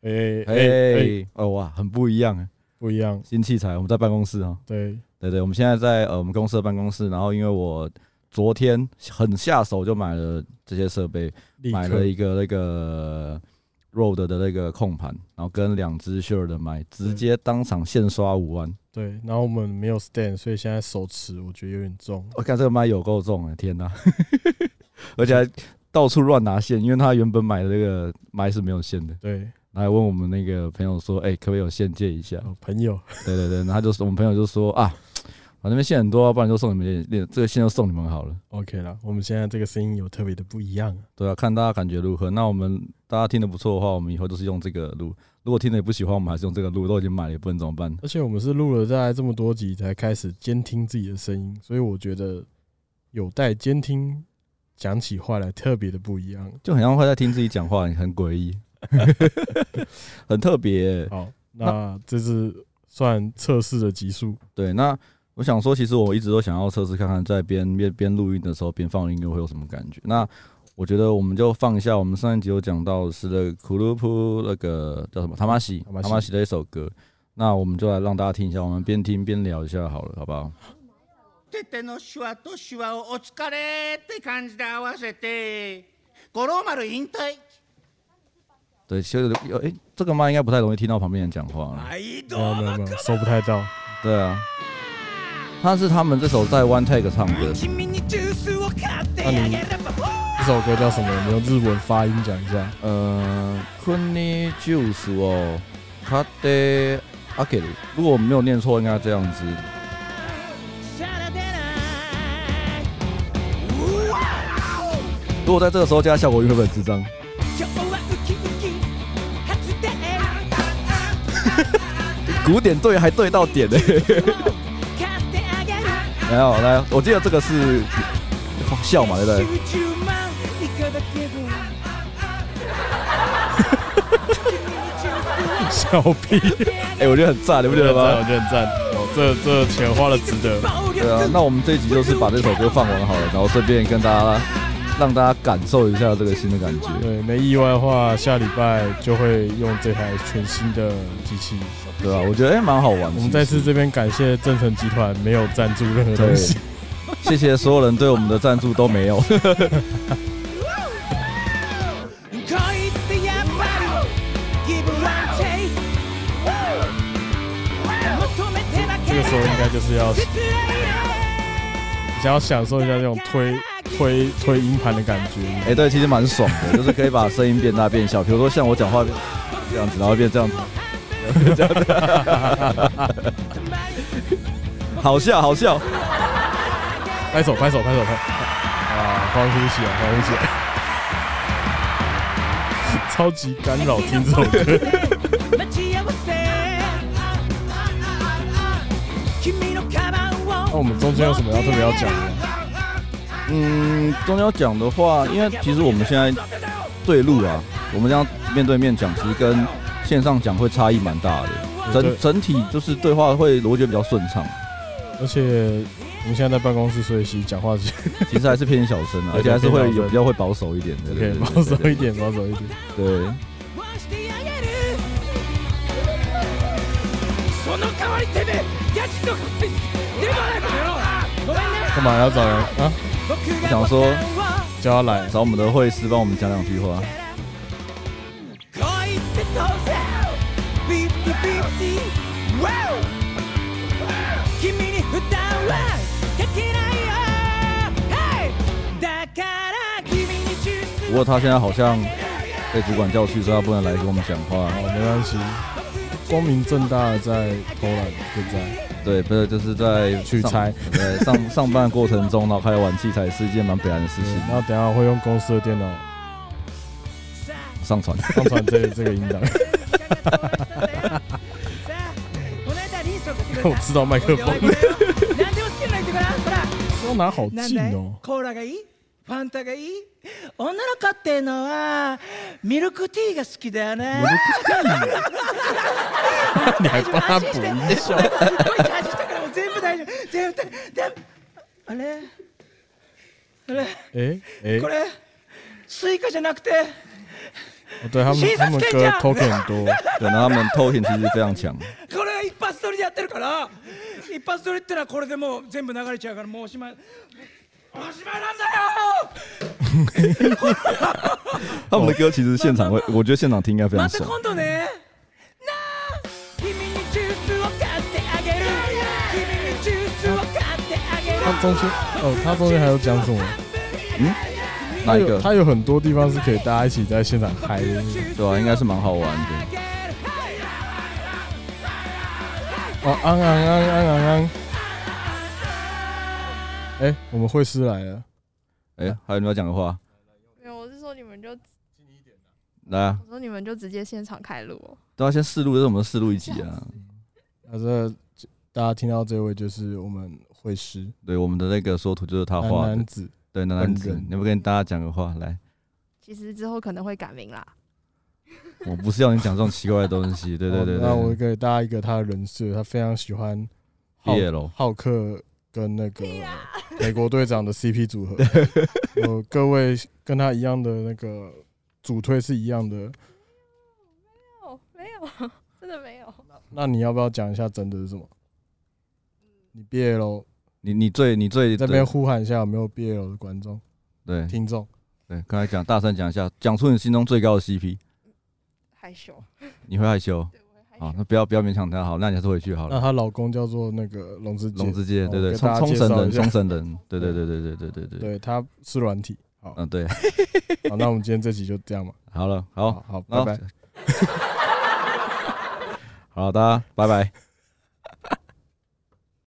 哎哎、哎哎，哦哇，很不一样，不一样，新器材。我们在办公室啊，对，对对，我们现在在呃我们公司的办公室。然后因为我昨天很下手就买了这些设备，立买刻了一个那个 Rode 的那个控盘，然后跟两只 Shure 的麦，直嗯接当场现刷五万。对，然后我们没有 stand，所以现在手持我觉得有点重，我哦看这个麦有够重哎，天哪！ 而且还到处乱拿线，因为他原本买的那个麦是没有线的，对，然后还问我们那个朋友说，哎、可不可以有线借一下？哦朋友，对对对，然后他就说我们朋友就说啊，我那边线很多、啊，不然就送你们练，这个线就送你们好了。 OK 啦，我们现在这个声音有特别的不一样啊，对啊，看大家感觉如何。那我们大家听的不错的话，我们以后都是用这个录；如果听的也不喜欢，我们还是用这个录。都已经买了，也不能怎么办？而且我们是录了大概这么多集才开始监听自己的声音，所以我觉得有待监听，讲起话来特别的不一样。就很像会在听自己讲话，很诡异， 很特别欸、好，那这是算测试的集数，对，那我想说，其实我一直都想要测试看看，在边边边录音的时候边放音乐会有什么感觉。那我觉得我们就放一下，我们上一集有讲到的是那个库鲁普那个叫什么他妈西塔玛他西妈西的一首歌，那我们就来让大家听一下，我们边听边聊一下好了，好不好？手手のシワとシワをお疲れって感じで合わせて五郎丸引退对，其实有诶、这个麦应该不太容易听到旁边人讲话了。はい没有没有没有，收不太到。对啊，他是他们这首在 One Take 唱的，君にジュースを買ってあげれば这首歌叫什么？我们用日文发音讲一下。呃，昆尼 juice 哦，卡德阿给，如果我没有念错，应该这样子。シャラ出ないうわお如果在这个时候加效果音，会不会很智障？今日はウキウキ初デ古典对还对到点呢、欸ートを買ってあげる 没有，来，我记得这个是笑嘛，对 不对？ 90万以下だけど笑屁！哎、我觉得很赞，你不觉得我吗？觉得很赞，哦，这这钱花的值得。暴对啊，力那我们这一集就是把这首歌放完好了，然后顺便跟大家让大家感受一下这个新的感觉。对，没意外的话，下礼拜就会用这台全新的机器。对吧、我觉得哎蛮、好玩的。我们再次这边感谢正成集团没有赞助任何东西。谢谢所有人对我们的赞助都没有。恋ってやっぱりギブアンドテイク求めてば这个时候应か该り就是要失礼 想要享受一下这种推推推音盘的感哎、觉。对，其实蛮爽的，就是可以把声音变大变小，比如说像我讲话这样子，然后变这样子，好笑好笑。拍手拍手拍手拍！啊，欢呼起来， 欢呼起来！超级干扰听这首 歌。待ち合わせ君のカバン那を我们中间有什么要特别要讲的吗？嗯，中间要讲的话，因为其实我们现在对路啊，我们这样面对面讲，其实跟线上讲会差异蛮大的，对整整体就是对话会我觉得比较顺畅，而且我们现在在办公室，所以其实 讲话是其实还是偏小声啊，而且还是会有比较会保守一点的，可对以对对保守对一点，保守一点。对。してあげるその代わりてめえヤジとフィスでもないこの野郎ごめんね干嘛要找人啊？僕が想说叫他来，找我们的会师帮我们讲两句话。恋って当然50 50 Wow 君に負担はできないよ Hey だから君にジュース不过他现在好像被主管叫去，所以他不能来跟我们讲话。好，没关系，光明正大的在偷懒，对不 对？对，不是，就是在取上材 对，上上班的过程中，然后开始玩器材是一件蛮悲哀的事情。然后等一下我会用公司的电脑 上传，上传这这个音 档，我知道麦克风。何でも好きになってごら要拿んほら好なん近だい哦。コーラがいいファンタがいい女の子っていうのはミルクティーが好きだよね你还帮他安补心して音效，すっごい感じしたからもう全部大丈夫全部大丈夫全部あれあれ哎哎こ，れスイカじゃなくて哦对他们警察他们天歌降 token 很多， 对，然后他们偷点其实非常强，これ一発撮りでやってるから一発撮りってのはこれでもう全部流れちゃうからもうおしまいおしまいなんだよ 他们的歌其实现场会，我觉得现场听应该非常また爽。今度ねなあ君にジュースを買ってあげる君にジュースを買ってあげる他中间哦他中间还有讲什么？哪他一有个？他有很多地方是可以大家一起在现场嗨的。对啊，应该是蛮好玩的。哦，昂昂昂昂昂昂！哎，我们会师来了，哎、还有你要讲的话，没有，我是说你们就，来啊，我说你们就直接现场开录哦。都要先试录，这是我们的试录一集啊。那这大家听到这位就是我们会师对，我们的那个说图就是他男画的男，子，对，男男子本人，你要不要跟大家讲个话？来，其实之后可能会改名啦，我不是要你讲这种奇怪的 东西，对对对哦对那我给大家一个他的人设，他非常喜欢浩 BL 浩克跟那个啊美国队长的 CP 组 合。呃，各位跟他一样的那个主推是一样的，哦，没有， 真的没有。那你要不要讲一下真的是什么？你 BL 你你最你最这边呼喊一下有没有 BL 的观众对对听众？对，刚才讲大声讲一下，讲出你心中最高的 CP，害羞，你会害羞对我会害好，羞。那不要不要勉强他，好，那你还是回去好那了。她老公叫做那个龙之介龙，之介，啊好对对，跟冲大家冲介绳绍人，一下冲绳人，对对对对对对对对对，对，他是软体。好，嗯对，好，那我们今天这集就这样嘛。好了，好好，好，那拜拜。好，大家拜拜。